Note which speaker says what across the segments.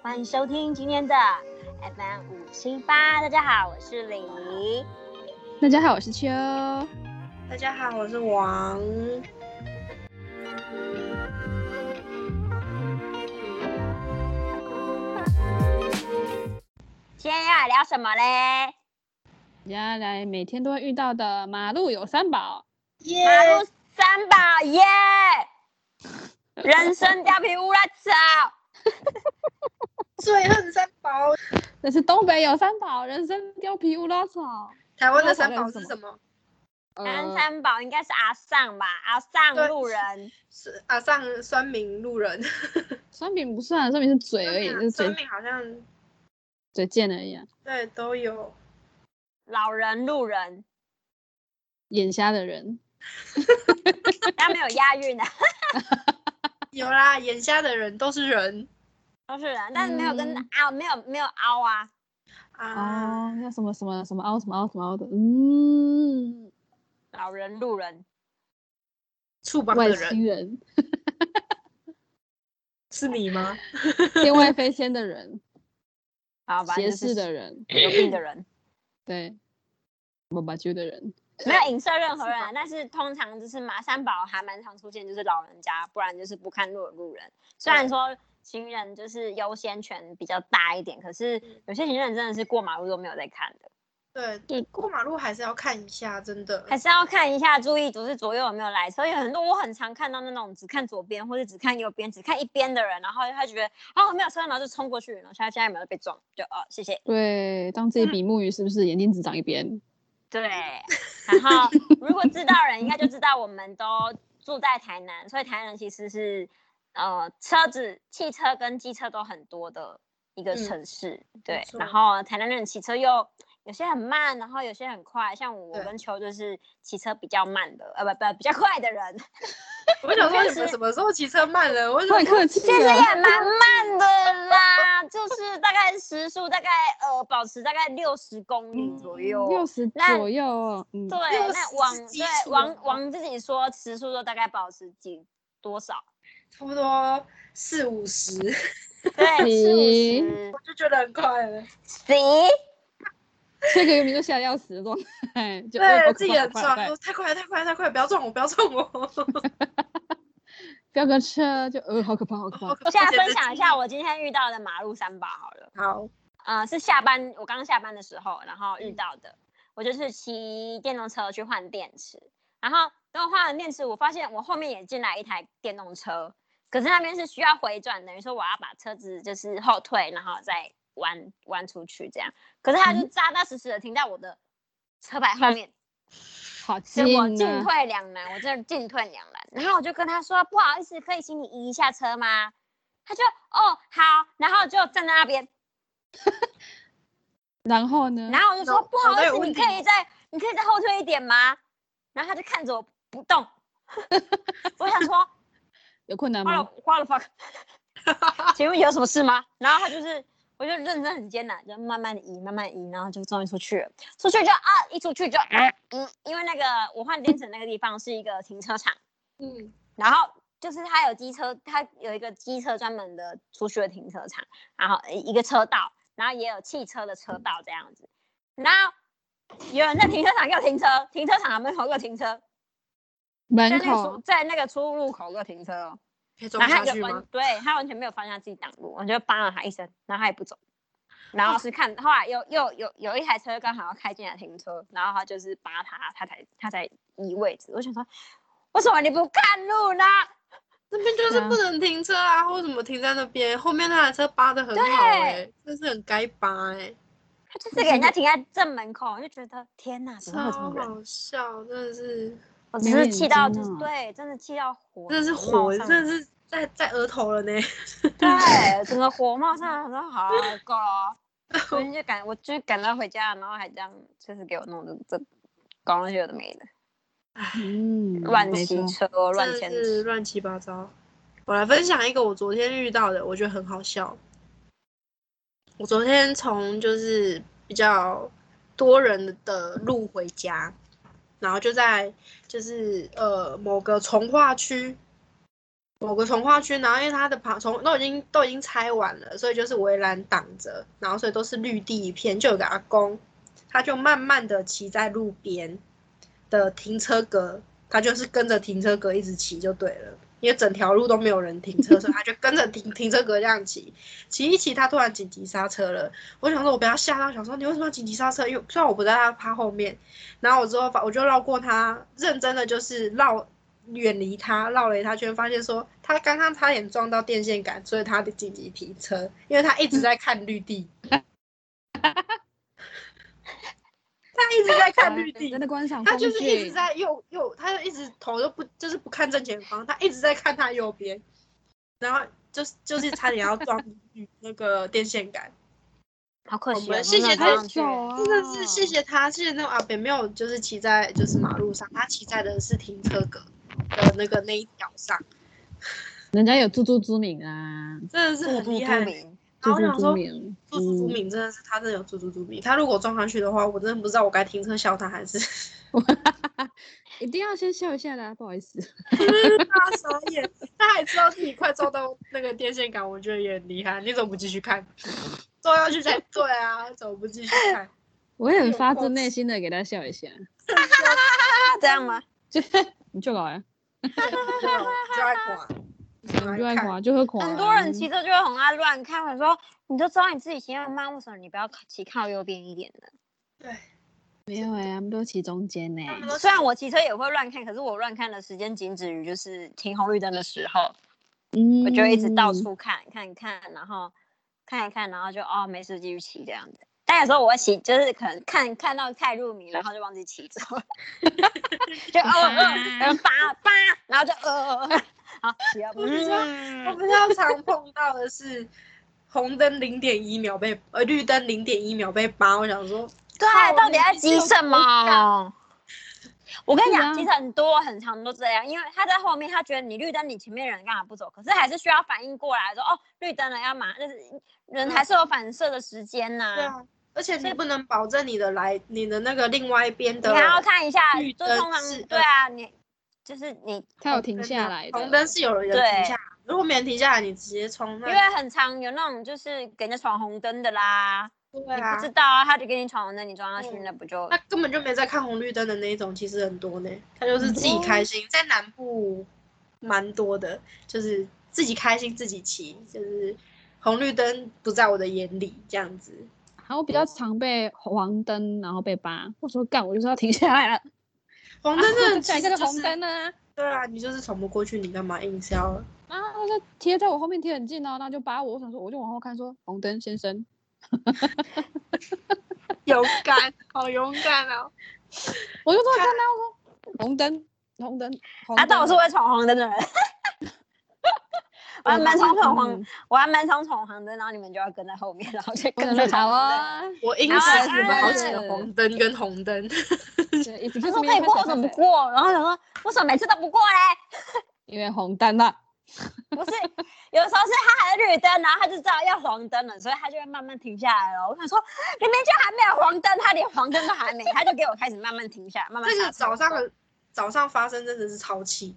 Speaker 1: 欢迎收听今天的 FM 五七八。大家好，我是李。
Speaker 2: 大家好，我是秋。
Speaker 3: 大家好，我是王。
Speaker 1: 今天要来聊什么嘞？
Speaker 2: 大家来每天都会遇到的马路有三宝，
Speaker 3: 耶
Speaker 1: 马路三宝耶！人参貂皮乌拉草，
Speaker 3: 最恨三宝。
Speaker 2: 但是东北有三宝：人参、貂皮、乌拉草。
Speaker 3: 台湾的三宝是什么？
Speaker 1: 台湾
Speaker 2: 呃
Speaker 1: 三宝应该是阿尚吧？阿尚
Speaker 3: 对
Speaker 1: 路人，
Speaker 3: 是啊，上酸民路人。
Speaker 2: 酸饼不算，酸饼是嘴而已，就是
Speaker 3: 酸
Speaker 2: 嘴
Speaker 3: 民好像
Speaker 2: 嘴贱而已、啊。
Speaker 3: 对都有。
Speaker 1: 老人路人，
Speaker 2: 眼瞎的人，
Speaker 1: 但没有押韵啊的，
Speaker 3: 有啦，眼瞎的人都是人
Speaker 1: 都是人，但是没有跟
Speaker 2: 嗯
Speaker 1: 凹，没有没有凹啊。
Speaker 3: 啊。
Speaker 2: 哦，那什么什么什么凹什么凹什么凹的，嗯，
Speaker 1: 老人路人，
Speaker 3: 触棒的
Speaker 2: 外
Speaker 3: 人
Speaker 2: 星人，
Speaker 3: 是你吗？
Speaker 2: 天外飞仙的人，
Speaker 1: 好吧，
Speaker 2: 斜
Speaker 1: 就是
Speaker 2: 视的人，
Speaker 1: 有病的人，
Speaker 2: 对，我把揪的人，
Speaker 1: 没有影射任何人啊
Speaker 3: 是吧，
Speaker 1: 但是通常就是马三宝还蛮常出现，就是老人家，不然就是不看路的路人。虽然说行人就是优先权比较大一点，可是
Speaker 3: 嗯
Speaker 1: 有些行人真的是过马路都没有在看的，
Speaker 3: 对
Speaker 2: 对
Speaker 3: 过马路还是要看一下，真的。
Speaker 1: 还是要看一下，注意就是左右有没有来车。有很多我很常看到那种只看左边或者只看右边、只看一边的人，然后他觉得哦没有车，然后就冲过去，然后他现在有没有被撞，就哦谢谢。
Speaker 2: 对，当自己比目鱼是不是眼睛只长一边？
Speaker 1: 对，然后如果知道人，应该就知道我们都住在台南，所以台南其实是呃车子、汽车跟机车都很多的一个
Speaker 3: 嗯
Speaker 1: 城市。
Speaker 3: 没
Speaker 1: 对，
Speaker 3: 错
Speaker 1: 然后台南人骑车又有些很慢，然后有些很快，像我
Speaker 3: 对
Speaker 1: 跟秋就是骑车比较慢的，呃不不比较快的人，
Speaker 3: 我想说你们什么时候骑车慢了？我
Speaker 2: 太
Speaker 3: 想
Speaker 2: 客气
Speaker 1: 其实也
Speaker 2: 了，
Speaker 1: 蛮慢的 啦，就是大概时速大概呃保持大概六十公里左
Speaker 3: 嗯
Speaker 1: 右。
Speaker 2: 六十
Speaker 1: 那
Speaker 2: 左右哦，嗯，
Speaker 1: 对，
Speaker 3: 六
Speaker 1: 那
Speaker 3: 十
Speaker 1: 王
Speaker 3: 是基
Speaker 1: 对
Speaker 3: 数
Speaker 1: 王
Speaker 3: 了
Speaker 1: 王自己说时速都大概保持几多少？
Speaker 3: 差不多四五十，
Speaker 1: 对，四
Speaker 2: 行
Speaker 1: 五十
Speaker 3: 我就觉得很快了。
Speaker 1: 行。
Speaker 2: 这个游民就吓得要死的状态，就呃
Speaker 3: 对自己很
Speaker 2: 爽
Speaker 3: 爽，，说太快了太快了太快了，不要撞我，不要撞我。
Speaker 2: 飙个车就呃，好可怕，好可
Speaker 3: 哦
Speaker 2: 怕。
Speaker 1: 我现在分享一下我今天遇到的马路三宝好了，
Speaker 3: 好，
Speaker 1: 呃，是下班我刚下班的时候，然后
Speaker 3: 嗯
Speaker 1: 遇到的，我就是骑电动车去换电池，然后等我换完电池，我发现我后面也进来一台电动车，可是那边是需要回转，等于说我要把车子就是后退，然后再弯弯出去这样，可是他
Speaker 3: 嗯
Speaker 1: 就扎扎实实的停在我的车牌后面。
Speaker 2: 好近
Speaker 1: 结果进
Speaker 2: 啊！
Speaker 1: 退两难，我真的进退两难。然后我就跟他说：“不好意思，可以请你移一下车吗？”他就哦好，然后就站在那边，
Speaker 2: 然后呢？
Speaker 1: 然后我就说
Speaker 3: 脑：“
Speaker 1: 不好
Speaker 3: 脑袋
Speaker 1: 意
Speaker 3: 有
Speaker 1: 思，
Speaker 3: 问
Speaker 1: 你
Speaker 3: 题
Speaker 1: 可以再你可以再后退一点吗？”然后他就看着我不动， 我想说
Speaker 2: 有困难
Speaker 1: 花
Speaker 3: 哦
Speaker 1: 了
Speaker 2: 吗？
Speaker 1: 花了 fuck，请问有什么事吗？然后他就是，我就认真很艰难，就慢慢地移，慢慢地移，然后就终于出去了。出去就啊，一出去就啊，嗯，因为那个我换电池那个地方是一个停车场。
Speaker 3: 嗯，
Speaker 1: 然后就是它有机车，它有一个机车专门的出去的停车场，然后呃一个车道，然后也有汽车的车道这样子。然后有人在停车场给我停车，停车场的门口给我停车，在
Speaker 2: 门
Speaker 1: 那个出
Speaker 2: 口
Speaker 1: 在那个出入口给我停车哦。
Speaker 3: 可以撞
Speaker 1: 然后
Speaker 3: 下
Speaker 1: 他就
Speaker 3: 去
Speaker 1: 完
Speaker 3: 吗？
Speaker 1: 对他完全没有发现他自己挡路，我就帮了他一声，然后他也不走。然
Speaker 3: 哦
Speaker 1: 后是看后来又又有有一台车刚好要开进来停车，然后他就是扒他，他才他才移位置。我想说，为什么你不看路呢？
Speaker 3: 那边就是不能停车啊，或者怎么停在那边，后面那台车扒的很好哎、这是很该扒哎、
Speaker 1: 他就是给人家停在正门口，我就觉得天哪，怎么会有这
Speaker 3: 超
Speaker 1: 种人？
Speaker 3: 好笑，真的是，
Speaker 1: 我只是气到，
Speaker 2: 没
Speaker 1: 就
Speaker 2: 眼
Speaker 1: 是
Speaker 2: 睛啊
Speaker 1: 对，真的气到火，
Speaker 3: 真的是
Speaker 1: 冒
Speaker 3: 火，
Speaker 1: 上
Speaker 3: 真的是在在额头了呢。
Speaker 1: 对，整个火冒上来，我说好够了，我就赶，我就赶到回家，然后还这样，就是给我弄的这搞那些有的没的，
Speaker 2: 嗯，
Speaker 1: 乱
Speaker 2: 没
Speaker 1: 骑
Speaker 2: 错
Speaker 1: 车，乱
Speaker 3: 真的
Speaker 1: 牵
Speaker 3: 是
Speaker 1: 车，
Speaker 3: 乱七八糟。我来分享一个我昨天遇到的，我觉得很好笑。我昨天从就是比较多人的路回家，然后就在就是呃某个从化区，某个从化区，然后因为它的旁从都已经都已经拆完了，所以就是围栏挡着，然后所以都是绿地一片，就有个阿公，他就慢慢的骑在路边的停车格，他就是跟着停车格一直骑就对了。因为整条路都没有人停车，所以他就跟着停停车格这样骑，骑一骑，他突然紧急刹车了。我想说，我被他吓到，想说你为什么要紧急刹车？因为虽然我不在他他后面，然后我之后把我就绕过他，认真的就是绕远离他，绕了一大圈，发现说他刚刚差点撞到电线杆，所以他得紧急停车，因为他一直在看绿地， 他一直在看绿地
Speaker 2: 真。的观赏
Speaker 3: 他
Speaker 2: 风
Speaker 3: 就是一直
Speaker 2: 景，
Speaker 3: 在右右，他就一直头都不就是不看正前方，他一直在看他右边，然后就是就是差点要撞那个电线杆，
Speaker 1: 好可
Speaker 3: 我
Speaker 1: 惜哦，
Speaker 3: 们
Speaker 1: 我
Speaker 3: 谢
Speaker 1: 没有这
Speaker 3: 谢他
Speaker 1: 样去
Speaker 2: 走啊，
Speaker 3: 真的是谢谢他，谢谢那个阿北没有就是骑在就是马路上，他骑在的是停车格的那个那一条上，
Speaker 2: 人家有猪猪之名啊，
Speaker 3: 真的是
Speaker 1: 自
Speaker 3: 很
Speaker 1: 知
Speaker 3: 厉
Speaker 1: 之
Speaker 3: 害。
Speaker 1: 明
Speaker 3: 然
Speaker 2: 猪猪嗯
Speaker 3: 后我想
Speaker 2: 之
Speaker 3: 说，
Speaker 2: 名，
Speaker 3: 猪猪猪敏真的是他真的有猪猪猪敏，他如果撞上去的话，我真的不知道我该停车笑他还是
Speaker 2: 一定要先笑一下啊啦，不好意思，
Speaker 3: 大傻眼。他还知道自己快撞到那个电线杆，我觉得也很厉害。你怎么不继续看？撞下去才对啊，怎么不继续看？
Speaker 2: 我也很发自内心的给他笑一下，
Speaker 1: 啊，这样吗？
Speaker 2: 就你就来啊，
Speaker 3: 就爱垮，
Speaker 2: 你
Speaker 3: 就
Speaker 2: 就爱
Speaker 3: 爱看。
Speaker 2: 狂啊，就会狂啊，
Speaker 1: 很多人骑车就会很爱乱看，我说你就知道你自己骑那么慢，为什么你不要骑靠右边一点呢？
Speaker 3: 对，
Speaker 2: 没有哎，他们都骑中间呢，
Speaker 3: 他们都
Speaker 1: 虽然我骑车也会乱看，可是我乱看的时间仅止于就是停红绿灯的时候，
Speaker 2: 嗯
Speaker 1: 我就一直到处看看一看，然后看一看，然后就哦没事继续骑这样子。但有时候我会骑就是可能看看到太入迷，然后就忘记骑走了， 就哦哦，然后叭叭，然后就呃呃呃，好骑到
Speaker 3: 我比较我
Speaker 1: 嗯，
Speaker 3: 比较常碰到的是红灯零点一秒被呃绿灯零点一秒被扒，我想说啊
Speaker 1: 对，到底要急什
Speaker 3: 我的
Speaker 1: 么？我跟你
Speaker 2: 对啊
Speaker 1: 讲，其实很多很长都这样，因为他在后面，他觉得你绿灯，你前面人干嘛不走？可是还是需要反应过来说，哦，绿灯了要马，就是人还是有反射的时间呐、
Speaker 3: 对啊，而且你不能保证你的来你的那个另外一边
Speaker 1: 你
Speaker 3: 的
Speaker 1: 还要看一下，
Speaker 3: 绿
Speaker 1: 就
Speaker 3: 灯
Speaker 1: 通常
Speaker 3: 是
Speaker 1: 对啊，你就是你，因
Speaker 2: 他有
Speaker 3: 哦
Speaker 2: 停下来的，
Speaker 3: 红灯是有人停
Speaker 1: 对
Speaker 3: 下来，如果没人停下来，你直接冲那
Speaker 1: 为很常有那种就是给人家闯红灯的啦，
Speaker 3: 对
Speaker 1: 你
Speaker 3: 啊
Speaker 1: 不知，道啊，他就给你闯红灯，你撞上去，
Speaker 3: 嗯
Speaker 1: 那不就
Speaker 3: 他根本就没在看红绿灯的那一种，其实很多呢。他就是自己开心，在南部蛮多的，就是自己开心自己骑，就是红绿灯不在我的眼里这样子。
Speaker 2: 然后比较常被黄灯，然后被扒。我说干，我就是要停下来了。
Speaker 3: 红灯真的
Speaker 2: 讲一
Speaker 3: 其
Speaker 2: 个
Speaker 3: 实就是
Speaker 2: 红灯呢、啊，
Speaker 3: 对啊，你就是闯不过去，你干嘛硬是要？
Speaker 2: 然后他就贴在我后面贴很近哦，那就扒我。我想说，我就往后看说红灯先生，
Speaker 3: 勇敢，好勇敢哦！
Speaker 2: 我就这么看他，我说红灯，红灯，红
Speaker 1: 啊，
Speaker 2: 灯。
Speaker 1: 但我是会闯红灯的人，我还蛮常闯
Speaker 2: 嗯
Speaker 1: 红，我还蛮常闯红灯，然后你们就要跟在后面，然后就
Speaker 2: 我
Speaker 1: 跟
Speaker 2: 想
Speaker 1: 着
Speaker 2: 说
Speaker 1: 闯
Speaker 2: 好
Speaker 1: 红灯。
Speaker 2: 啊，
Speaker 3: 我因
Speaker 1: 然
Speaker 3: 此
Speaker 1: 后
Speaker 3: 死了好几个
Speaker 2: 嗯
Speaker 3: 红灯跟红灯，
Speaker 2: 对一直
Speaker 1: 他
Speaker 2: 就
Speaker 1: 说
Speaker 2: 是
Speaker 1: 可以过，我怎么不过？然后想说，为什么每次都不过嘞？
Speaker 2: 因为红灯了，
Speaker 1: 不是，有时候是他还在绿灯，然后他就知道要黄灯了，所以他就会慢慢停下来了。我想说，明明就还没有黄灯，他连黄灯都还没，他就给我开始慢慢停下来，慢慢
Speaker 3: 这
Speaker 1: 刹车
Speaker 3: 个早上的早上发生真的是超气。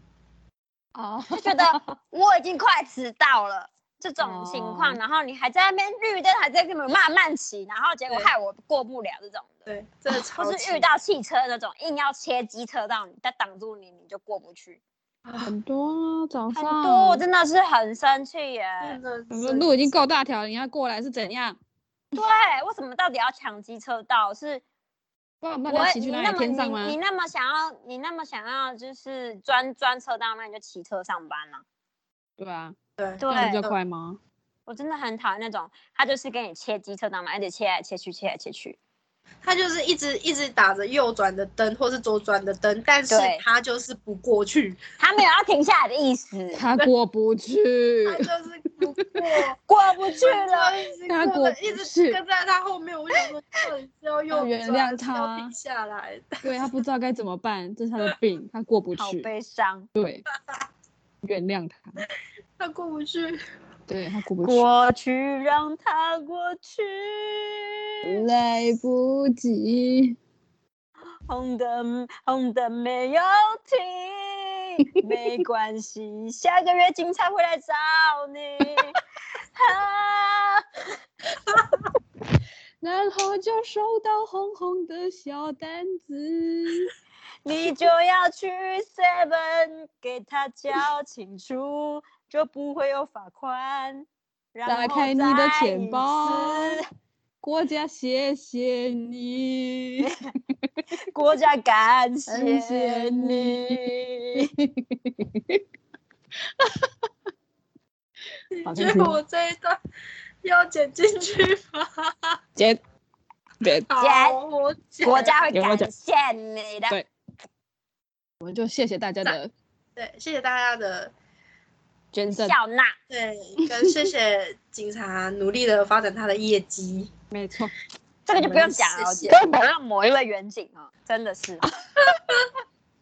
Speaker 2: 哦，
Speaker 1: 就觉 得我已经快迟到了。这种情况，
Speaker 2: 哦
Speaker 1: 然后你还在那边绿灯，还在那边慢慢骑，然后结果
Speaker 3: 对
Speaker 1: 害我过不了这种的。
Speaker 3: 对，真的超
Speaker 1: 啊或
Speaker 3: 气。
Speaker 1: 是遇到汽车那种硬要切机车道，你再挡住你，你就过不去。
Speaker 2: 很多啊，早
Speaker 1: 很
Speaker 2: 上
Speaker 1: 多，我真的是很生气耶。
Speaker 3: 真的
Speaker 2: 我
Speaker 3: 是
Speaker 2: 说嗯路已经够大条了，你要过来是怎样？
Speaker 1: 对，哎为什么到底要抢机车道？是
Speaker 2: 不然我
Speaker 1: 我
Speaker 2: 们到底骑
Speaker 1: 你
Speaker 2: 去哪
Speaker 1: 那
Speaker 2: 里
Speaker 1: 么
Speaker 2: 天上吗
Speaker 1: 你？你那么想要，你那么想要就是钻钻车道，那你就骑车上班啊。
Speaker 2: 对啊，
Speaker 3: 对
Speaker 2: 这样比较
Speaker 1: 对，
Speaker 2: 快吗？
Speaker 1: 我真的很讨厌那种，他就是给你切机车道嘛，而且切来切去，切来切去。
Speaker 3: 他就是一直一直打着右转的灯或是左转的灯，但是
Speaker 1: 对
Speaker 3: 他就是不过去，
Speaker 1: 他没有要停下来的意 思，
Speaker 2: 他过不去
Speaker 3: 他，就是 不过，
Speaker 1: 过不去了。
Speaker 3: 他一直跟着一直跟在他后面。我想说，到底是要右转，
Speaker 2: 原谅他
Speaker 3: 是要停下来。
Speaker 2: 对他不知道该怎么办，这是他的病，他过不
Speaker 1: 好
Speaker 2: 去，
Speaker 1: 悲伤，
Speaker 2: 对，原谅他，
Speaker 3: 他过不去，
Speaker 2: 对他过不去，
Speaker 1: 过去让它过去，
Speaker 2: 来不及，
Speaker 1: 红灯红灯没有停， 没关系，下个月警察会来找你。 啊，
Speaker 2: 然后就收到红红的小单子。
Speaker 1: 你就要去 Seven 给他交清楚，就不会有罚款。然
Speaker 2: 打
Speaker 1: 后
Speaker 2: 开你的
Speaker 1: 再一
Speaker 2: 钱包
Speaker 1: 次，
Speaker 2: 国家谢谢你。
Speaker 1: 国家感
Speaker 2: 感
Speaker 1: 谢
Speaker 2: 谢
Speaker 1: 你。
Speaker 2: 好
Speaker 3: 觉得我这一段要剪进去吗？
Speaker 2: 姐，对，
Speaker 3: 好，我剪
Speaker 1: 国家会
Speaker 2: 有没
Speaker 1: 感
Speaker 2: 有讲
Speaker 1: 谢你的。
Speaker 2: 对我们就谢谢大家的
Speaker 3: 对，谢谢大家的
Speaker 2: 捐赠。
Speaker 1: 笑纳，
Speaker 3: 对，跟谢谢警察努力的发展他的业绩。
Speaker 2: 没错，
Speaker 1: 这个就不用讲了，
Speaker 3: 谢谢
Speaker 1: 根本让某一位远景啊，真的是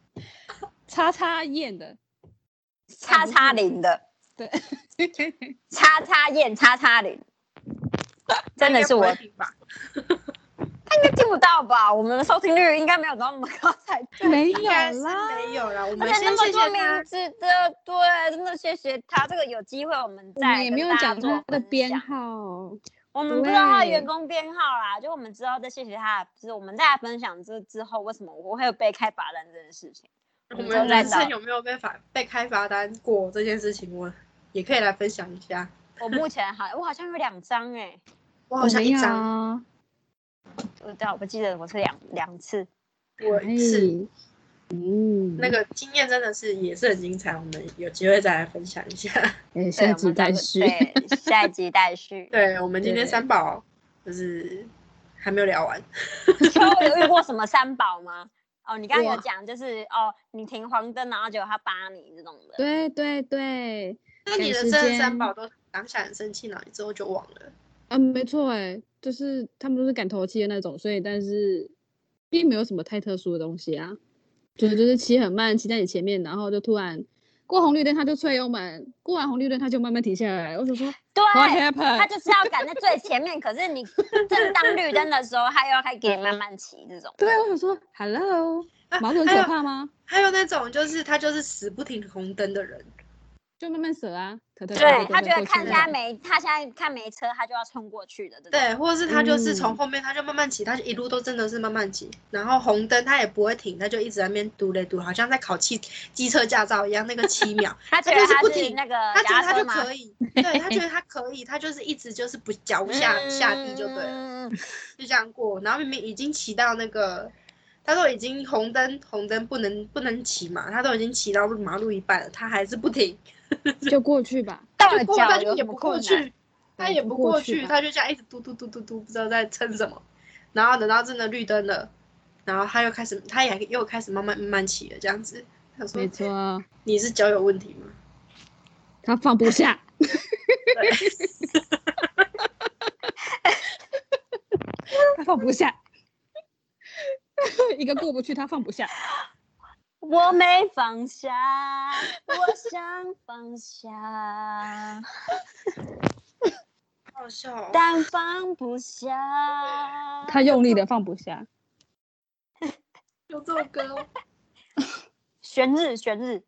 Speaker 2: 叉叉燕的，
Speaker 1: 叉叉零的
Speaker 2: 对，
Speaker 1: 叉叉燕叉叉零，
Speaker 2: 哎
Speaker 1: 真的是我，
Speaker 3: 应该不会听吧？
Speaker 1: 他应该听不到吧？我们的收听率应该没有到那么高才对。
Speaker 2: 没
Speaker 3: 应
Speaker 2: 有
Speaker 3: 该是
Speaker 2: 啦，
Speaker 3: 没有啦。我
Speaker 1: 而
Speaker 3: 们
Speaker 1: 且那
Speaker 3: 先
Speaker 1: 么
Speaker 3: 谢
Speaker 1: 多
Speaker 3: 谢
Speaker 1: 名
Speaker 3: 他。
Speaker 1: 字的，对，真的谢谢他。这个有机会我们
Speaker 2: 我
Speaker 1: 再
Speaker 2: 们也
Speaker 1: 跟
Speaker 2: 没有
Speaker 1: 大家
Speaker 2: 讲
Speaker 1: 做
Speaker 2: 他的
Speaker 1: 分
Speaker 2: 编
Speaker 1: 享
Speaker 2: 号。
Speaker 1: 我们不知道他的
Speaker 2: 对
Speaker 1: 员工编号啦，就我们知道再谢谢他，就是我们再来分享这之后为什么我会有被开罚单这件事情。
Speaker 3: 我
Speaker 1: 我们
Speaker 3: 们
Speaker 1: 再
Speaker 3: 人
Speaker 1: 找
Speaker 3: 生有没有被罚被开罚单过这件事情，我也可以来分享一下。
Speaker 1: 我目前好，我好像有两张哎、
Speaker 3: 我
Speaker 2: 我
Speaker 3: 好像
Speaker 2: 没
Speaker 3: 一
Speaker 2: 有
Speaker 3: 张，
Speaker 2: 啊，
Speaker 1: 我对啊，我不记得我是两两次，
Speaker 3: 我是
Speaker 2: 哎，嗯，
Speaker 3: 那个经验真的是也是很精彩，我们有机会再来分享一下。。
Speaker 2: 哎
Speaker 1: 对啊
Speaker 2: 下
Speaker 1: 我
Speaker 2: 集
Speaker 1: 们找
Speaker 2: 再
Speaker 1: 个
Speaker 2: 续。
Speaker 1: 对， 下一集待续
Speaker 3: 对我们今天
Speaker 2: 对
Speaker 3: 三宝就是还没有聊完，
Speaker 1: 秋有遇过什么三宝吗？哦，你刚刚
Speaker 3: 我
Speaker 1: 有讲就是哦，你停黄灯，然后结果他扒你这种的。
Speaker 2: 对对对，
Speaker 3: 那你的
Speaker 2: 赶时
Speaker 3: 这
Speaker 2: 间
Speaker 3: 三宝都当下很生气，然后你之后就忘了。
Speaker 2: 啊，没错，哎，就是他们都是赶头期的那种，所以但是并没有什么太特殊的东西啊，就是就是骑很慢，骑在你前面，然后就突然过红绿灯，他就催油门，过完红绿灯他就慢慢停下来。我想说
Speaker 1: 对，
Speaker 2: ，What
Speaker 1: 他
Speaker 2: happened？
Speaker 1: 就是要赶在最前面，可是你正当绿灯的时候，他又要开始给你慢慢骑这种。
Speaker 2: 对，我想说，Hello，
Speaker 3: 啊
Speaker 2: 毛很
Speaker 3: 还
Speaker 1: 哎
Speaker 2: 可
Speaker 3: 有
Speaker 2: 怕吗？
Speaker 3: 还有那种就是他就是死不停红灯的人，
Speaker 2: 就慢慢舍啊，可可
Speaker 1: 对
Speaker 2: 可
Speaker 1: 他
Speaker 2: 可
Speaker 1: 觉得
Speaker 2: 过
Speaker 1: 看
Speaker 2: 去那
Speaker 1: 现在
Speaker 2: 种
Speaker 1: 没，他现在看没车，他就要冲过去的这种。
Speaker 3: 对，或者是他就是从
Speaker 2: 嗯
Speaker 3: 后面他就慢慢骑，他就一路都真的是慢慢骑，然后红灯他也不会停，他就一直在那边嘟嘞嘟，好像在考汽机车驾照一样，那个七 秒，
Speaker 1: 他觉
Speaker 3: 他
Speaker 1: 得
Speaker 3: 就是
Speaker 1: 他
Speaker 3: 不
Speaker 1: 是
Speaker 3: 停
Speaker 1: 那个
Speaker 3: 他觉
Speaker 1: 脚
Speaker 3: 得
Speaker 1: 踏
Speaker 3: 他
Speaker 1: 车
Speaker 3: 就
Speaker 1: 吗
Speaker 3: 可以，对他觉得他可以，他就是一直就是不脚不下下地就对了。
Speaker 1: 嗯
Speaker 3: 就这样过，然后明明已经骑到那个，他都已经红灯，红灯不能不能骑嘛，他都已经骑到马路一半了，他还是不停，
Speaker 2: 就过去吧，
Speaker 1: 到
Speaker 3: 就
Speaker 1: 了
Speaker 3: 过他
Speaker 1: 脚
Speaker 3: 就
Speaker 1: 有
Speaker 3: 也
Speaker 1: 什
Speaker 3: 不
Speaker 1: 么困
Speaker 3: 过
Speaker 1: 难？
Speaker 3: 去，他也不过去，他就这样一直嘟嘟嘟嘟嘟，不知道在撑什么，然后等到真的绿灯了，然后他又开始，他也又开始慢慢慢慢骑了，这样子，他说
Speaker 2: 没错，
Speaker 3: 你是脚有问题吗？
Speaker 2: 他放不下。他放不 下，一个过不去，他放不下。
Speaker 1: 我没放下，我想放下，
Speaker 3: 好笑、哦，
Speaker 1: 但放不下。
Speaker 2: 他用力的放不下，
Speaker 3: 有这首歌、哦，
Speaker 1: 旋日，旋日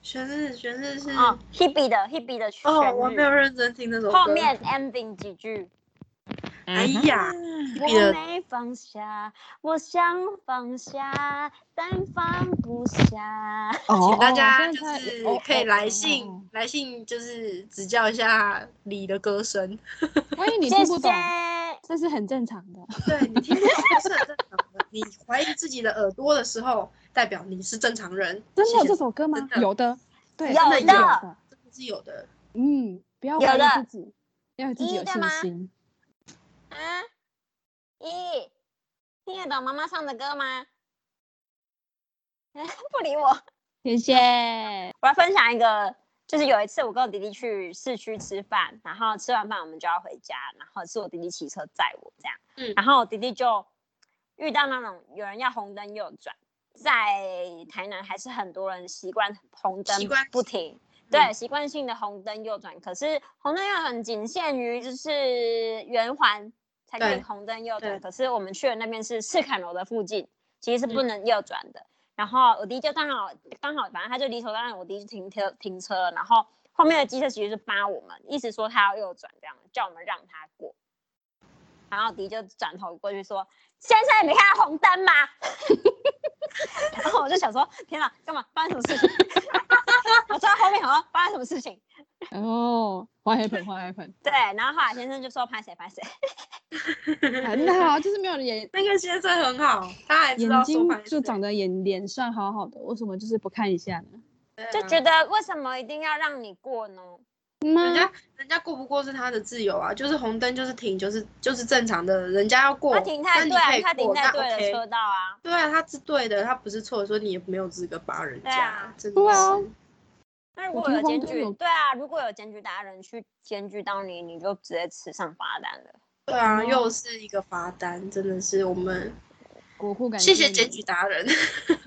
Speaker 3: 旋日旋日是
Speaker 1: 啊，Hebe 的 Hebe 的旋
Speaker 3: 嗯哦，我没有
Speaker 1: 日。
Speaker 3: 认真听那首歌，
Speaker 1: 后面 ending 几句，
Speaker 3: 哎呀。
Speaker 1: 我没放下，我想放下，但放不下。
Speaker 2: 哦，
Speaker 3: 请大家
Speaker 2: 哦
Speaker 3: 就
Speaker 2: 现在
Speaker 3: 是
Speaker 2: 哦
Speaker 3: 可以
Speaker 2: 哦
Speaker 3: 来
Speaker 2: 哦
Speaker 3: 信，
Speaker 2: 哦
Speaker 3: 来信就是指教一下李的歌声。
Speaker 2: 万一你
Speaker 1: 谢
Speaker 2: 听
Speaker 1: 谢
Speaker 2: 不。懂，这是很正常的。
Speaker 3: 对你听不懂是很正常的，你怀疑自己的耳朵的时候，代表你是正常人。
Speaker 2: 真的有
Speaker 3: 谢谢
Speaker 2: 这首歌吗
Speaker 3: 真？的
Speaker 2: 有的，对，
Speaker 1: 有
Speaker 2: 真的是
Speaker 3: 的
Speaker 2: 的。
Speaker 3: 真的是有的。
Speaker 2: 嗯，不要
Speaker 1: 有
Speaker 2: 怀疑
Speaker 1: 的
Speaker 2: 自己，要有自己
Speaker 1: 一
Speaker 2: 有
Speaker 1: 的
Speaker 2: 信
Speaker 1: 吗
Speaker 2: 心。
Speaker 1: 啊，一，听得懂妈妈唱的歌吗？ 不理我。
Speaker 2: 谢谢。
Speaker 1: 我要分享一个，就是有一次我跟我弟弟去市区吃饭，然后吃完饭我们就要回家，然后是我弟弟骑车载我这样，
Speaker 3: 嗯
Speaker 1: 然后我弟弟就遇到那种有人要红灯右转，在台南还是很多人习惯红灯
Speaker 3: 习惯
Speaker 1: 不停。
Speaker 3: 嗯
Speaker 1: 对，习惯性的红灯右转，可是红灯右转仅限于就是圆环才可以
Speaker 3: 对
Speaker 1: 红灯右
Speaker 3: 对
Speaker 1: 转，
Speaker 3: 嗯
Speaker 1: 可是我们去的那边是赤坎楼的附近，其实是不能右转的。然后我弟就刚好刚好，反正他就理所当然，我弟就停车停车，然后后面的机车其实是扒我们，意思说他要右转，这样叫我们让他过。然后我弟就转头过去说：“先生，你没看到红灯吗？” 然后我就想说：“天哪，干嘛发生什么事情？” 我坐在后面想说发生什么事情，
Speaker 2: 然后换哦黑盆，换黑 盆，
Speaker 1: 对，然后后来先生就说拍谁拍谁，
Speaker 2: 很好，就是没有眼
Speaker 3: 那个先生很好，他还知道
Speaker 2: 眼
Speaker 3: 说
Speaker 2: 睛
Speaker 3: 反
Speaker 2: 就
Speaker 3: 正
Speaker 2: 长得眼脸上好好的，为什么就是不看一下呢？
Speaker 3: 对啊
Speaker 1: 就觉得为什么一定要让你过呢？
Speaker 3: 人
Speaker 2: 妈
Speaker 3: 家人家过不过是他的自由啊，就是红灯就是停，就是就是正常的，人家要过，
Speaker 1: 他停在
Speaker 3: 那你
Speaker 1: 对啊
Speaker 3: 可以，
Speaker 1: 他停
Speaker 3: 过
Speaker 1: 在
Speaker 3: 那
Speaker 1: 对的
Speaker 3: OK
Speaker 1: 车道啊，
Speaker 3: 对啊，他是对的，他不是错的，所以你也没有资格扒人
Speaker 1: 对
Speaker 3: 家
Speaker 1: 啊，
Speaker 3: 真的
Speaker 2: 对啊
Speaker 3: 是
Speaker 1: 那如果
Speaker 2: 停
Speaker 1: 有
Speaker 2: 红
Speaker 1: 检
Speaker 2: 灯
Speaker 1: 举
Speaker 2: 有，
Speaker 1: 对啊，如果有检举达人去检举到你，你就直接吃上罚单了。
Speaker 3: 对啊，又是一个罚单，真的是我们
Speaker 2: 国库感
Speaker 3: 谢谢
Speaker 2: 你
Speaker 3: 检举达人，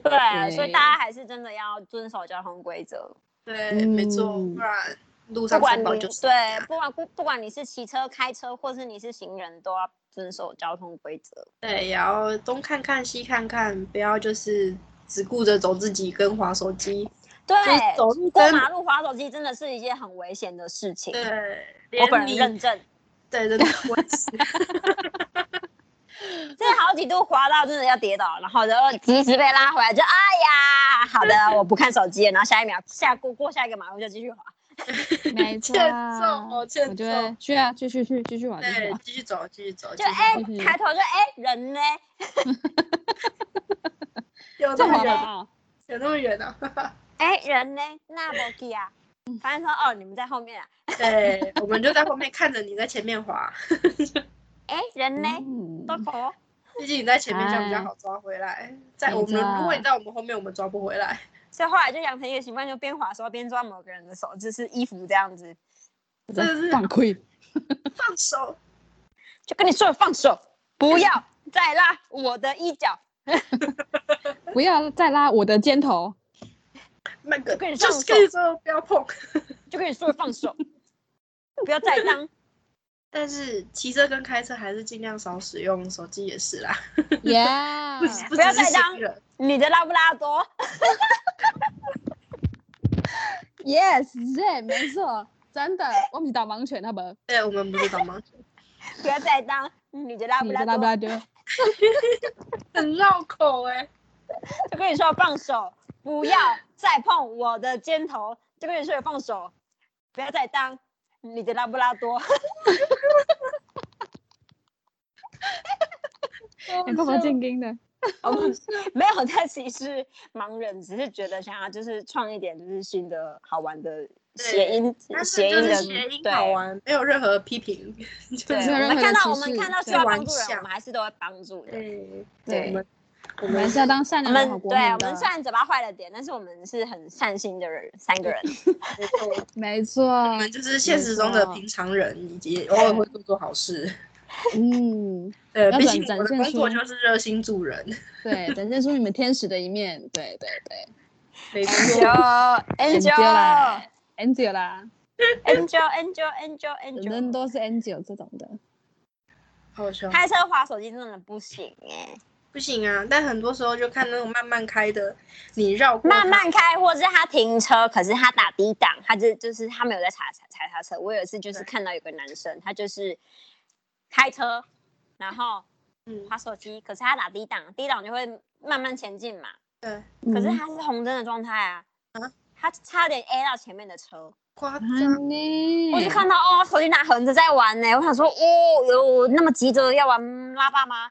Speaker 1: 对，所以大
Speaker 2: 对
Speaker 1: 家还是真的要遵守交通规则，
Speaker 3: 对，没错，
Speaker 2: 嗯
Speaker 3: 不然路
Speaker 1: 不
Speaker 3: 上
Speaker 1: 管
Speaker 3: 三
Speaker 1: 你
Speaker 3: 宝就是
Speaker 1: 对，不管不不管你是骑车、开车，或是你是行人，都要遵守交通规则。
Speaker 3: 对，然后东看看西看看，不要就是只顾着走自己跟划手机，
Speaker 1: 对
Speaker 3: 就是，走路
Speaker 1: 过
Speaker 3: 跟
Speaker 1: 马路滑手机真的是一件很危险的事情。
Speaker 3: 对，
Speaker 1: 我本人
Speaker 3: 连你
Speaker 1: 认证，
Speaker 3: 对对对，我也是
Speaker 1: 真的好几度滑到真的要跌倒，然后然后及时被拉回来，就哎呀，好的，我不看手机了，然后下一秒下过过下一个马路就继续滑。
Speaker 2: 没错
Speaker 3: 欠揍，我欠
Speaker 2: 我觉得
Speaker 3: 揍，
Speaker 2: 去啊，去去去，继续玩，继续
Speaker 3: 对
Speaker 2: 玩，
Speaker 3: 继续走，继续走，
Speaker 1: 啊就
Speaker 3: 继续
Speaker 1: 哎、
Speaker 3: 走
Speaker 2: 嗯
Speaker 1: 抬头就哎、人呢？
Speaker 3: 有
Speaker 2: 这
Speaker 3: 那
Speaker 2: 么
Speaker 3: 么
Speaker 2: 好
Speaker 3: 远，
Speaker 2: 不好？
Speaker 3: 有那么远啊？
Speaker 1: 哎、人呢？那不去啊？反正说哦，你们在后面啊。
Speaker 3: 对，我们就在后面看着你在前面滑，
Speaker 1: 哎、人呢？
Speaker 2: 嗯
Speaker 1: 都可。
Speaker 3: 毕竟你在前面这样比较
Speaker 2: 哎
Speaker 3: 好抓回来。在
Speaker 2: 没
Speaker 3: 我们
Speaker 2: 错
Speaker 3: 如
Speaker 1: 啊
Speaker 3: 果你在我们后面，我们抓不回来。
Speaker 1: 所以后来就养成一个习惯，就边滑的时候边抓某个人的手，就是衣服这样子，
Speaker 3: 真的是
Speaker 2: 犯规，
Speaker 3: 放手，
Speaker 1: 就跟你说放手，不要再拉我的衣角。
Speaker 2: 不要再拉我的肩头，
Speaker 3: 那个
Speaker 1: 跟你
Speaker 3: 就
Speaker 1: 放
Speaker 3: 是跟你说不要碰。
Speaker 1: 就跟你说放手，不要再当。
Speaker 3: 但是骑车跟开车还是尽量少使用手机，也是啦，
Speaker 2: 耶！
Speaker 3: 不只
Speaker 1: 不要
Speaker 3: 只是
Speaker 1: 再当
Speaker 3: 行人。
Speaker 1: 你的拉布拉多，
Speaker 2: Yes，对，没错，真的，我们是导盲犬，啊好不好？
Speaker 3: 对，我们不是导盲犬，
Speaker 1: 不要再当你的拉布
Speaker 2: 你
Speaker 1: 拉
Speaker 2: 的拉布
Speaker 1: 多，
Speaker 2: 拉多，
Speaker 3: 很绕口哎、
Speaker 1: 就跟你说放手，不要再碰我的肩头，就跟你说放手，不要再当你的拉布拉 多。
Speaker 3: 哎
Speaker 2: 你爸爸 进京的，
Speaker 1: 我
Speaker 3: 哦
Speaker 1: 们没有在歧视盲人，只是觉得想要就是创一点就是新的好玩的谐音
Speaker 3: 但是
Speaker 1: 谐
Speaker 3: 就
Speaker 1: 音
Speaker 3: 是
Speaker 1: 的
Speaker 3: 谐音
Speaker 1: 对
Speaker 3: 好玩，没有任何批评，就
Speaker 1: 对，
Speaker 2: 没有
Speaker 3: 是
Speaker 1: 我
Speaker 2: 任
Speaker 1: 们看
Speaker 2: 何的
Speaker 1: 到
Speaker 2: 歧
Speaker 1: 我们
Speaker 2: 视
Speaker 1: 看到需
Speaker 3: 对
Speaker 1: 要帮
Speaker 3: 玩
Speaker 1: 助人，
Speaker 3: 笑
Speaker 1: 我们还是都会帮助的。
Speaker 3: 对
Speaker 1: 对
Speaker 3: 我们我
Speaker 2: 我们还
Speaker 3: 们
Speaker 2: 是要当善
Speaker 1: 我
Speaker 2: 良的好
Speaker 1: 们
Speaker 2: 国
Speaker 1: 对
Speaker 2: 民
Speaker 1: 我们虽
Speaker 2: 的。
Speaker 1: 然嘴巴坏了点，但是我们是很善心的人，三 个人。
Speaker 3: 没错
Speaker 2: 没错，
Speaker 3: 我们就是现实中的
Speaker 2: 没错
Speaker 3: 平常人，以及偶尔会做做好事。
Speaker 2: 嗯，
Speaker 3: 对，
Speaker 2: 要
Speaker 3: 毕
Speaker 2: 展
Speaker 3: 竟我
Speaker 2: 展
Speaker 3: 的
Speaker 2: 现
Speaker 3: 工作
Speaker 2: 出
Speaker 3: 就是热心 助人，
Speaker 2: 对，展现出你们天使的一面，对对对
Speaker 3: 没错。
Speaker 1: Angel，Angel，Angel，Angel，Angel，Angel，Angel，
Speaker 2: 啦，Angel 啦，人
Speaker 1: Angel
Speaker 2: 人都是 Angel 这种的，
Speaker 3: 好笑，
Speaker 1: 开车划手机真的不行哎、
Speaker 3: 不行啊！但很多时候就看那种慢慢开的，你绕过它
Speaker 1: 慢慢开，或是他停车，可是他打低档，他就就是他没有在踩踩踩刹车。我有一次就是
Speaker 3: 对
Speaker 1: 看到有个男生，他就是开车，然后
Speaker 3: 嗯，
Speaker 1: 划手机，可是他打低档，低档就会慢慢前进嘛。
Speaker 3: 对，
Speaker 1: 可是
Speaker 2: 嗯
Speaker 1: 他是红灯的状态啊，
Speaker 3: 啊
Speaker 1: 他差点 A 到前面的车。
Speaker 3: 夸
Speaker 1: 嗯
Speaker 3: 张。
Speaker 2: 啊你
Speaker 1: 我就看到哦，手机拿横着在玩呢、我想说，哦，有那么急着要玩拉霸吗？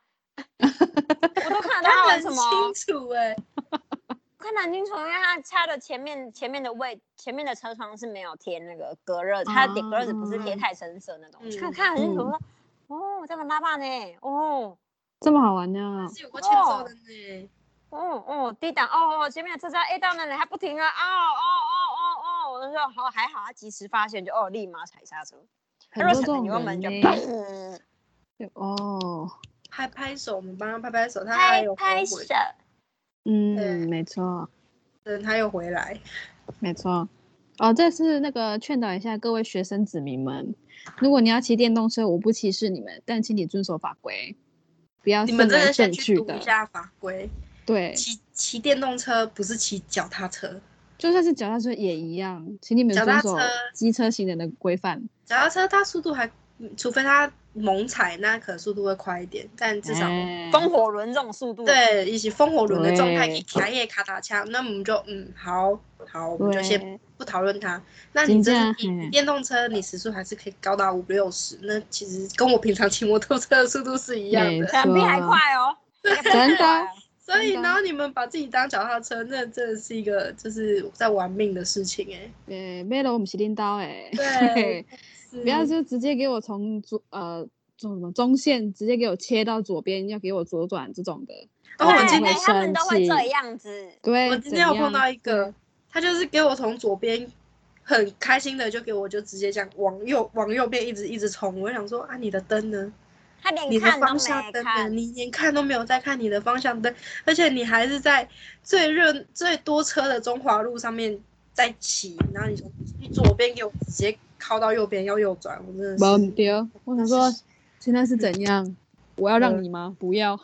Speaker 1: 我都看得到他玩
Speaker 3: 很
Speaker 1: 什
Speaker 3: 清
Speaker 1: 么，
Speaker 3: 楚哎、
Speaker 1: 看得很清楚，因为他插的前面前面的位前面的车窗是没有贴那个隔热，它的
Speaker 2: 啊
Speaker 1: 隔热纸不是贴太深色那种，
Speaker 3: 嗯
Speaker 1: 看看得很清楚。
Speaker 2: 嗯
Speaker 1: 我说哦，在玩拉霸呢、哦
Speaker 2: 这么好玩啊呢，
Speaker 3: 是有过欠揍的呢。
Speaker 1: 哦哦，低档哦哦，前面的车是要 A 到那里，还不停啊，哦哦哦哦哦，我就说好、哦、还好，他及时发现，就哦立马踩刹车，他
Speaker 2: 很
Speaker 1: 如
Speaker 2: 多
Speaker 1: 果
Speaker 2: 这
Speaker 1: 踩
Speaker 2: 种
Speaker 1: 油门
Speaker 2: 人
Speaker 1: 就
Speaker 2: 呢，
Speaker 1: 砰。
Speaker 2: 哦，
Speaker 3: 还拍手，我们帮他拍拍手，他还
Speaker 1: 拍
Speaker 3: 有
Speaker 1: 拍
Speaker 3: 回
Speaker 1: 手，
Speaker 2: 嗯，没错。
Speaker 3: 人他又回来。
Speaker 2: 没错。哦，这是那个劝导一下各位学生子民们，如果你要骑电动车，我不歧视你们，但请你遵守法规，不要
Speaker 3: 你
Speaker 2: 视
Speaker 3: 们
Speaker 2: 为
Speaker 3: 真的
Speaker 2: 正
Speaker 3: 先去
Speaker 2: 确
Speaker 3: 读
Speaker 2: 的啊
Speaker 3: 一。下法规，
Speaker 2: 对，
Speaker 3: 骑骑电动车不是骑脚踏车，
Speaker 2: 就算是脚踏车也一样，请你们
Speaker 3: 脚
Speaker 2: 遵
Speaker 3: 踏
Speaker 2: 守
Speaker 3: 车
Speaker 2: 机车行人的规范。
Speaker 3: 脚踏车它速度还，嗯除非它猛踩，那可能速度会快一点，但至少、
Speaker 2: 哎
Speaker 1: 风火轮这种速度，，啊
Speaker 3: 对一起风火轮的状态，
Speaker 2: 对
Speaker 3: 一卡也卡打枪，那我们就嗯好好，我们就先
Speaker 2: 对，
Speaker 3: 不讨论它。那你
Speaker 2: 真
Speaker 3: 这
Speaker 2: 的嘿
Speaker 3: 你你电动车，你时速还是可以高达五六十，那其实跟我平常骑摩托车的速度是一样
Speaker 2: 没
Speaker 3: 的。
Speaker 1: 可能比还
Speaker 2: 说
Speaker 1: 快哦，也不
Speaker 2: 真的
Speaker 1: 快啊
Speaker 3: 所以，
Speaker 2: 真的
Speaker 3: 然后你们把自己当脚踏车，那真的是一个就是在玩命的事情 哎、
Speaker 2: 对，没了我们是拎刀哎，
Speaker 3: 对，
Speaker 2: 不要
Speaker 3: 是
Speaker 2: 就直接给我从左呃中什么中线直接给我切到左边，要给我左转这种的。
Speaker 3: 哦，我
Speaker 1: 对
Speaker 3: 今
Speaker 2: 会
Speaker 1: 对
Speaker 3: 天
Speaker 1: 他们都会
Speaker 2: 生
Speaker 1: 这
Speaker 2: 气
Speaker 1: 样子，
Speaker 2: 对，
Speaker 3: 我今
Speaker 2: 怎
Speaker 3: 天有
Speaker 2: 样
Speaker 3: 碰到一个，他就是给我从左边很开心的就给我就直接这样往右往右边一直一直冲，我就想说啊你的灯呢？
Speaker 1: 他连
Speaker 3: 你的
Speaker 1: 看都
Speaker 3: 方向
Speaker 1: 没
Speaker 3: 灯呢？
Speaker 1: 看，
Speaker 3: 你连看都没有在看你的方向灯，而且你还是在最热最多车的中华路上面在骑，然后你从你左边给我直接靠到右边要右转，我真的
Speaker 2: 没
Speaker 3: 是。
Speaker 2: 丢。我想说现在是怎样？我要让你
Speaker 1: 呃
Speaker 2: 吗？不要。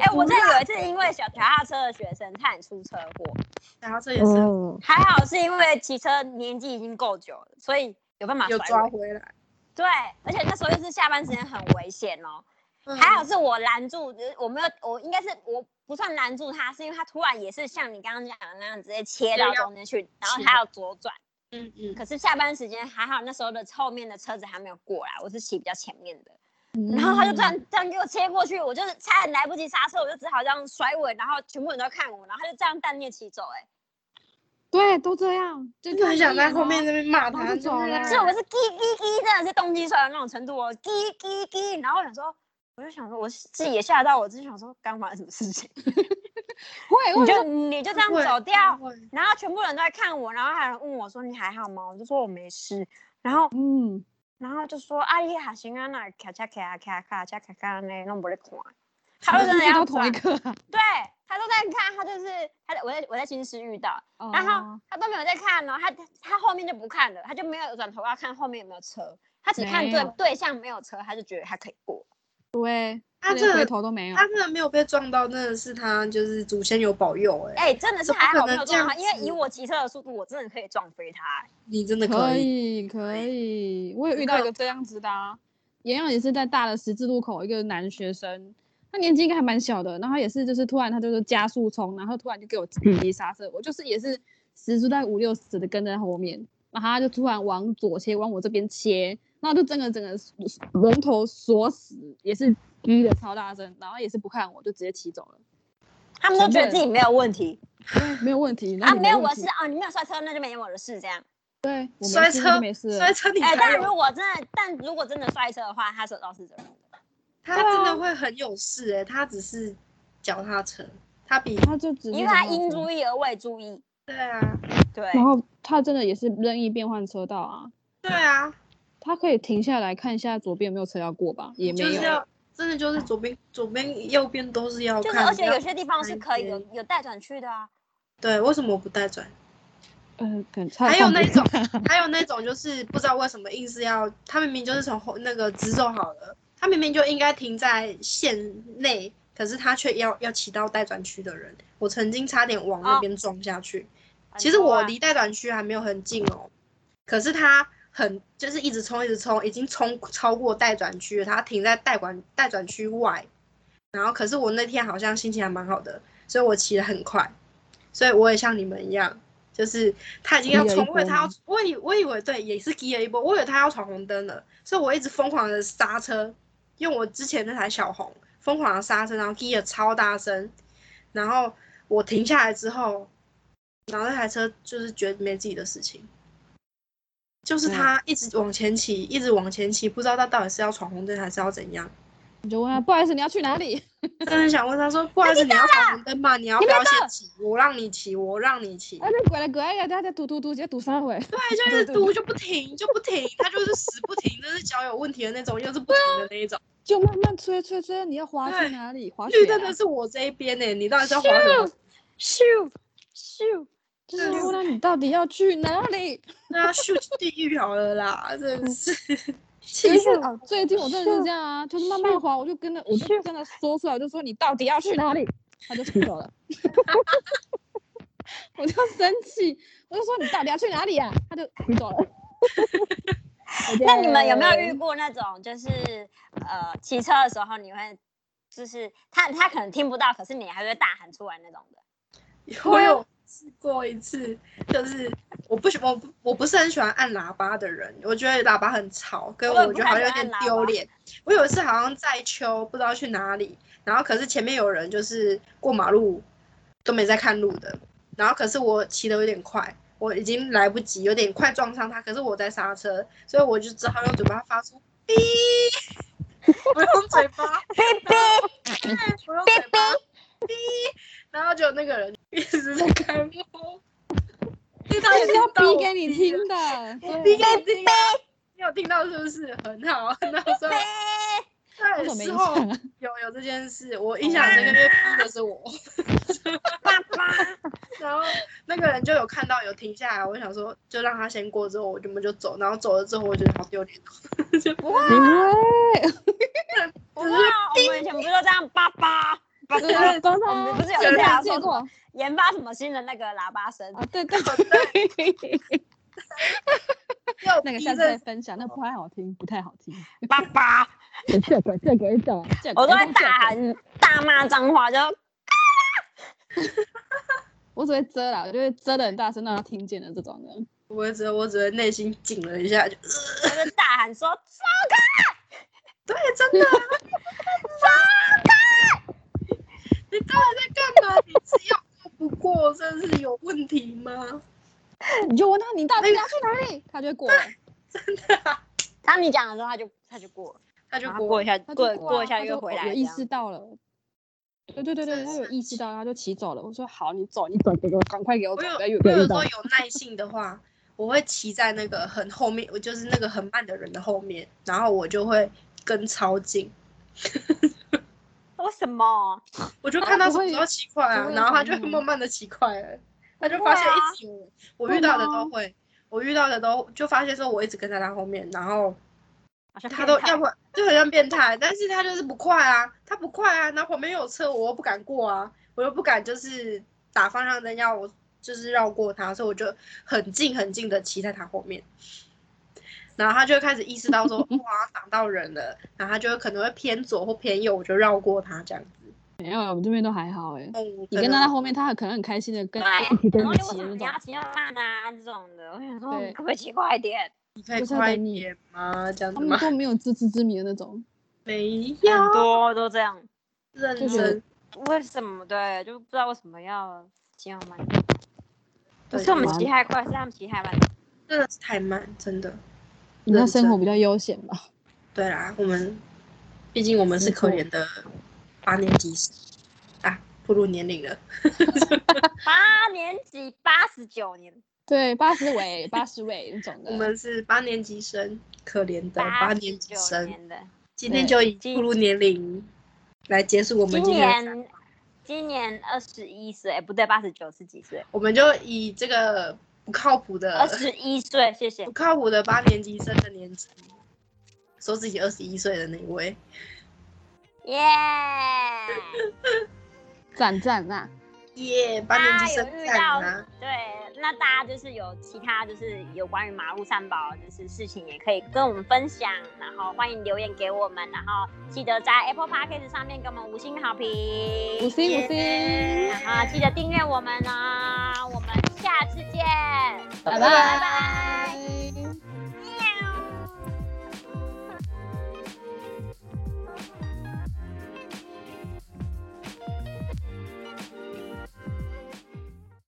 Speaker 1: 哎、我这
Speaker 3: 啊
Speaker 1: 有一次因为小脚踏车的学生差点出车祸，
Speaker 3: 然后这也
Speaker 2: 嗯
Speaker 3: 是
Speaker 1: 还好是因为骑车年纪已经够久了，所以有办法
Speaker 3: 有
Speaker 1: 甩
Speaker 3: 抓
Speaker 1: 尾
Speaker 3: 回来，
Speaker 1: 对，而且那时候又是下班时间很危险哦，
Speaker 3: 嗯
Speaker 1: 还好是我拦住，就是我没有，我应该是我不算拦住他，是因为他突然也是像你刚刚讲的那样，直接切到中间去，然后
Speaker 3: 是
Speaker 1: 他要左转。
Speaker 3: 嗯嗯，
Speaker 1: 可是下班时间还好，那时候的后面的车子还没有过来，我是骑比较前面的，
Speaker 2: 嗯
Speaker 1: 然后他就这样这样给我切过去，我就是差点来不及刹车，我就只好这样甩尾，然后全部人都在看我，然后他就这样淡定骑走、哎，
Speaker 2: 对，都这样，就
Speaker 3: 就很想在后面
Speaker 2: 的。
Speaker 3: 那边骂
Speaker 2: 然
Speaker 3: 他，啊
Speaker 2: 后就走了
Speaker 1: 是我是滴滴滴，真的是动机出来的那种程度哦，滴滴滴。然后我想说，我就想说，我自己也吓到，我自己想说，刚发生什么事 情？你
Speaker 2: 会，哎我
Speaker 1: 就你就这样走掉，
Speaker 3: 会
Speaker 1: 然后全部人都在看我，然后还有人问我说你还好吗？我就说我没事，然后
Speaker 2: 嗯，
Speaker 1: 然后就说阿姨还行啊，那咔嚓咔嚓咔咔嚓咔咔呢，弄不得看。他就真的要
Speaker 2: 都同一
Speaker 1: 转，
Speaker 2: 个啊。
Speaker 1: 对他都在看，他就是他在我在我在新市遇到，然后
Speaker 2: 哦
Speaker 1: 他都没有在看哦，他他后面就不看了，他就没有转头要看后面有没有车，他只看
Speaker 2: 没
Speaker 1: 对
Speaker 2: 有
Speaker 1: 对象没有车，他就觉得他可以过。
Speaker 2: 对，
Speaker 3: 他
Speaker 2: 连
Speaker 3: 这
Speaker 2: 回
Speaker 3: 个
Speaker 2: 头都没有
Speaker 3: 他。真的没有被撞到，真的是他就是祖先有保佑哎、
Speaker 1: 哎、真的是
Speaker 3: 怎么
Speaker 1: 还好
Speaker 3: 可
Speaker 1: 没
Speaker 3: 能
Speaker 1: 有
Speaker 3: 这
Speaker 1: 撞到
Speaker 3: 样
Speaker 1: 他，因为以
Speaker 3: 子
Speaker 1: 我骑车的速度，我真的可以撞飞他、哎
Speaker 3: 你真的
Speaker 2: 可
Speaker 3: 以，
Speaker 2: 以可
Speaker 3: 可
Speaker 2: 以，我有
Speaker 3: 不
Speaker 2: 遇到一
Speaker 3: 可
Speaker 2: 个这样子的、啊，一样也是在大的十字路口，一个男学生，他年纪应该还蛮小的，然后也是就是突然他就是加速冲，然后突然就给我紧急刹车，我就是也是时速在五六十的跟在后面，然后他就突然往左切，往我这边切，然后就整个整个龙头锁死，也是滴的超大声，然后也是不看我就直接骑走了，
Speaker 1: 他们都
Speaker 2: 全
Speaker 1: 觉
Speaker 2: 部
Speaker 1: 得自己没有问题
Speaker 2: 对，没有问题，
Speaker 1: 啊，
Speaker 2: 那你
Speaker 1: 没有我
Speaker 2: 问
Speaker 1: 的
Speaker 2: 题
Speaker 1: 事，啊，你没有摔车，那就没我的事这样。
Speaker 2: 对，我没
Speaker 3: 摔
Speaker 2: 事
Speaker 3: 车
Speaker 2: 那就没事了
Speaker 3: 摔，车你
Speaker 1: 哎、
Speaker 3: 才
Speaker 1: 但
Speaker 3: 有
Speaker 1: 如果真的，但如果真的摔车的话，他是有肇事责任的。
Speaker 3: 他真的会很有事哎、他只是脚踏车，他比
Speaker 2: 他就直接
Speaker 1: 因为他
Speaker 2: 往后
Speaker 1: 应
Speaker 2: 冲
Speaker 1: 注意而未注意。
Speaker 3: 对啊，
Speaker 1: 对，
Speaker 2: 然后他真的也是任意变换车道啊，
Speaker 3: 对啊，
Speaker 2: 他可以停下来看一下左边有没有车要过吧，也没
Speaker 3: 就是
Speaker 2: 有。
Speaker 3: 要真的就是左边左边右边都是要
Speaker 1: 就是
Speaker 3: 看，
Speaker 1: 而且
Speaker 3: 不要
Speaker 1: 有些地方是可以有
Speaker 3: 看
Speaker 1: 有待转区的啊。
Speaker 3: 对为什么不带转？
Speaker 2: 呃，可能他
Speaker 3: 还有
Speaker 2: 上
Speaker 3: 那
Speaker 2: 不
Speaker 3: 种， 还有那种就是不知道为什么硬是要，他明明就是从后那个直走好了，他明明就应该停在线内，可是他却要要骑到待转区的人。我曾经差点往那边撞下去。其实
Speaker 1: 哦很多
Speaker 3: 我
Speaker 1: 啊
Speaker 3: 离待转区还没有很近哦，可是他很就是一直冲一直冲，已经冲超过待转区了，他停在待管待转区外。然后可是我那天好像心情还蛮好的，所以我骑得很快，所以我也像你们一样，就是他已经要
Speaker 2: 低了
Speaker 3: 冲
Speaker 2: 一，波
Speaker 3: 我以为他要
Speaker 2: 吗，
Speaker 3: 我以我以为对，也是低了一波，我以为他要闯红灯了，所以我一直疯狂的刹车，用我之前那台小红疯狂的刹车，然后低的超大声，然后我停下来之后，然后那台车就是觉得没自己的事情，就是
Speaker 2: 对
Speaker 3: 他一直往前骑，一直往前骑，不知道他到底是要闯红灯还是要怎样。
Speaker 2: 你就问他，不好意思，你要去哪里？
Speaker 3: 真的想问他说，不好意思，你要闯红灯吗？你要不要先骑？我让你骑，我让你骑
Speaker 2: 啊，。那拐来拐来，他在堵堵堵，直接堵三回。
Speaker 3: 对，就一直嘟哎就不停，就不停，他就是死不停，真是脚有问题的那种，又是不停的那一种。
Speaker 2: 就慢慢吹吹吹，你要滑
Speaker 3: 对
Speaker 2: 去哪里？滑雪、
Speaker 3: 绿灯
Speaker 2: 啊。
Speaker 3: 的是我这一边呢、你到底是要滑什 么？
Speaker 1: 咻咻，
Speaker 2: 就是
Speaker 3: 对
Speaker 2: 问他你到底要去哪里？
Speaker 3: 那要 shoot 地狱好了啦，真的是。气
Speaker 2: 就
Speaker 3: 死
Speaker 2: 是
Speaker 3: 我！
Speaker 1: 哦
Speaker 2: 最近我真的是
Speaker 1: 是
Speaker 2: 这样啊，就是慢
Speaker 1: 是
Speaker 2: 慢滑，我就跟他，我就跟他说出来，我就说你到底要去哪里，他就出 手了，我就生气，我就说你到底要去哪里呀、他就 出走了。
Speaker 1: 那你们有没有遇过那种，就是呃，骑车的时候你会，就是他他可能听不到，可是你还会大喊出来那种的？
Speaker 3: 我有试过一次，就是我不喜我不我不是很喜欢按喇叭的人，我觉得喇叭很吵，跟
Speaker 1: 我也
Speaker 3: 我
Speaker 1: 不
Speaker 3: 觉得
Speaker 1: 太
Speaker 3: 好像有
Speaker 1: 喜欢
Speaker 3: 点
Speaker 1: 按喇
Speaker 3: 丢
Speaker 1: 叭
Speaker 3: 脸。我有一次好像在秋，不知道去哪里，然后可是前面有人就是过马路都没在看路的，然后可是我骑的有点快，我已经来不及，有点快撞上他，可是我在刹车，所以我就只好用嘴巴发出“哔”，我用嘴巴，
Speaker 1: 哔哔，
Speaker 3: 我用嘴巴“哔”，然后就那个人一直在看我。因为
Speaker 2: 他
Speaker 3: 他
Speaker 2: 就
Speaker 3: 也
Speaker 2: 是要
Speaker 3: 知道
Speaker 2: 逼
Speaker 3: 我
Speaker 2: 给你
Speaker 3: 逼
Speaker 2: 听
Speaker 3: 的
Speaker 2: 的，
Speaker 3: 我
Speaker 2: 对
Speaker 3: 逼给你听啊，你有听到是不是？很好，啊很好。所以
Speaker 2: 为什么
Speaker 3: 对，
Speaker 2: 没
Speaker 3: 之
Speaker 2: 印
Speaker 3: 后
Speaker 2: 象啊？
Speaker 3: 有有这件事，我印象很深刻，因为逼的是我。
Speaker 1: 爸爸，
Speaker 3: 然后那个人就有看到，有停下来，我想说就让他先过，之后我们就走。然后走了之后，我觉得好丢脸哦，就
Speaker 1: 不会
Speaker 2: 因
Speaker 1: 啊
Speaker 2: 为
Speaker 1: 不会啊，我们以前不是都这样爸爸爸
Speaker 2: 对
Speaker 1: 爸，
Speaker 2: 对，刚
Speaker 1: 我们不
Speaker 2: 刚
Speaker 1: 是有
Speaker 3: 真
Speaker 1: 这
Speaker 3: 的
Speaker 1: 样
Speaker 2: 见
Speaker 1: 说
Speaker 2: 过
Speaker 1: 过哦研发什么新的那个喇叭声？
Speaker 2: 啊，对对，
Speaker 3: 又
Speaker 2: 那个
Speaker 3: 逼
Speaker 2: 下次
Speaker 3: 这
Speaker 2: 再分享，那不太好听，不太好 听。
Speaker 1: 爸爸，
Speaker 2: 这个这个一种，这个
Speaker 1: 我都会大喊大骂脏话，就
Speaker 2: 我只会遮啦，我就会遮的很大声，让他听见的这种的。
Speaker 3: 我只我只会内心紧了一下，就
Speaker 1: 我就大喊说走
Speaker 3: 对，真的啊， 你到底在干嘛？你是要过不过，真是有问题吗？
Speaker 2: 你就问他你到底要去哪里，他就会过了，
Speaker 1: 当你讲的时候，他就他就过了，
Speaker 3: 他就
Speaker 1: 然后
Speaker 3: 过
Speaker 1: 过一下，
Speaker 2: 他就
Speaker 1: 过
Speaker 2: 啊
Speaker 1: 过一下
Speaker 2: 他
Speaker 1: 又
Speaker 2: 就
Speaker 1: 回
Speaker 2: 哦
Speaker 1: 来，
Speaker 2: 有意识到了。对对对对，
Speaker 3: 真
Speaker 2: 他有
Speaker 3: 是
Speaker 2: 意识到，他就骑走了。我说好，你走，你走，给我赶快给我
Speaker 3: 我
Speaker 2: 走，
Speaker 3: 有
Speaker 2: 不要有
Speaker 3: 我有
Speaker 2: 遇
Speaker 3: 时
Speaker 2: 到
Speaker 3: 候。有耐性的话，我会骑在那个很后面，我就是那个很慢的人的后面，然后我就会跟超近，
Speaker 1: 为什么？
Speaker 3: 我就
Speaker 2: 啊
Speaker 3: 看他
Speaker 2: 不
Speaker 3: 什么
Speaker 2: 会
Speaker 3: 时候骑快
Speaker 2: 不
Speaker 3: 啊，
Speaker 2: 会
Speaker 3: 然后他
Speaker 2: 反
Speaker 3: 就
Speaker 2: 应吗
Speaker 3: 慢慢的骑快了，他就
Speaker 1: 不
Speaker 3: 发
Speaker 1: 会
Speaker 3: 现
Speaker 1: 啊
Speaker 3: 一直有人，我遇
Speaker 2: 会
Speaker 3: 到的
Speaker 2: 吗
Speaker 3: 都会，我遇到的都就发现说我一直跟在他后面，然后
Speaker 1: 好像
Speaker 3: 他
Speaker 1: 变
Speaker 3: 都
Speaker 1: 态
Speaker 3: 要不然就很像变态，但是他就是不快啊，他不快啊，然后旁边又有车，我又不敢过啊，我又不敢就是打方向灯要我就是绕过他，所以我就很近很近的骑在他后面，然后他就会开始意识 到说哇挡到人了，然后他就可能会偏左或偏右，我就绕过他这样子。
Speaker 2: 没有，我们这边都还好哎。
Speaker 3: 嗯，
Speaker 2: 你
Speaker 3: 可
Speaker 2: 跟他在
Speaker 3: 能
Speaker 2: 后面，他很可能很开心的跟一起
Speaker 1: 啊对，啊
Speaker 2: 跟
Speaker 1: 然后又
Speaker 2: 你
Speaker 1: 为
Speaker 2: 骑
Speaker 1: 什
Speaker 2: 的
Speaker 1: 么
Speaker 2: 那
Speaker 1: 你
Speaker 2: 种
Speaker 1: 要。骑到慢啊这种的？我想说，
Speaker 2: 对
Speaker 1: 你可不可以骑快一点？
Speaker 3: 你可以
Speaker 2: 就是要
Speaker 3: 快
Speaker 2: 等
Speaker 3: 一
Speaker 2: 你
Speaker 3: 点吗？这样
Speaker 2: 他
Speaker 3: 子
Speaker 2: 们
Speaker 3: 吗？
Speaker 2: 都没有自知之明的那 种，
Speaker 3: 没
Speaker 1: 很
Speaker 3: 有，
Speaker 1: 多都这样，
Speaker 3: 认
Speaker 2: 就是
Speaker 3: 真。
Speaker 1: 为什么？对，就不知道为什么要骑那么慢。不
Speaker 3: 对
Speaker 1: 是我们
Speaker 2: 慢
Speaker 1: 骑太快，是他们骑太慢。
Speaker 3: 真的是太慢，真的。
Speaker 2: 你那
Speaker 3: 认
Speaker 2: 生活
Speaker 3: 真
Speaker 2: 比较悠闲吧？
Speaker 3: 对啦，我们毕竟我们是
Speaker 2: 没
Speaker 3: 可
Speaker 2: 错
Speaker 3: 怜的八年级生啊，步入年龄了。
Speaker 1: 八年级八十九年，
Speaker 2: 对，八十尾、八十尾那种的。
Speaker 3: 我们是八年级生，可怜的八
Speaker 1: 八十
Speaker 3: 年级
Speaker 1: 九
Speaker 3: 生。
Speaker 1: 年的，
Speaker 3: 今天就以
Speaker 1: 今
Speaker 3: 步入年龄来结束我们
Speaker 1: 今
Speaker 3: 今天的，
Speaker 1: 年今年二十一岁，哎不对，八十九是几岁？
Speaker 3: 我们就以这个不靠谱
Speaker 1: 二
Speaker 3: 的、
Speaker 1: 十一岁，谢 谢
Speaker 3: 不。靠谱的八年级生的年纪，说自己二十一岁的那一位。
Speaker 1: 耶！
Speaker 2: 赞赞啊赞！
Speaker 3: 耶、八年
Speaker 1: 大
Speaker 3: 级
Speaker 1: 家有
Speaker 3: 生
Speaker 1: 遇
Speaker 3: 赞
Speaker 1: 到
Speaker 3: 啊！
Speaker 1: 对，那大家就是有其他就是有关于马路三宝就是事情，也可以跟我们分享，然后欢迎留言给我们，然后记得在 Apple Podcast 上面给我们五星好评，
Speaker 2: 五星五星，
Speaker 1: 然后记得订阅我们哦，我们下次见，
Speaker 2: 拜
Speaker 1: 拜
Speaker 2: 拜。
Speaker 1: 拜。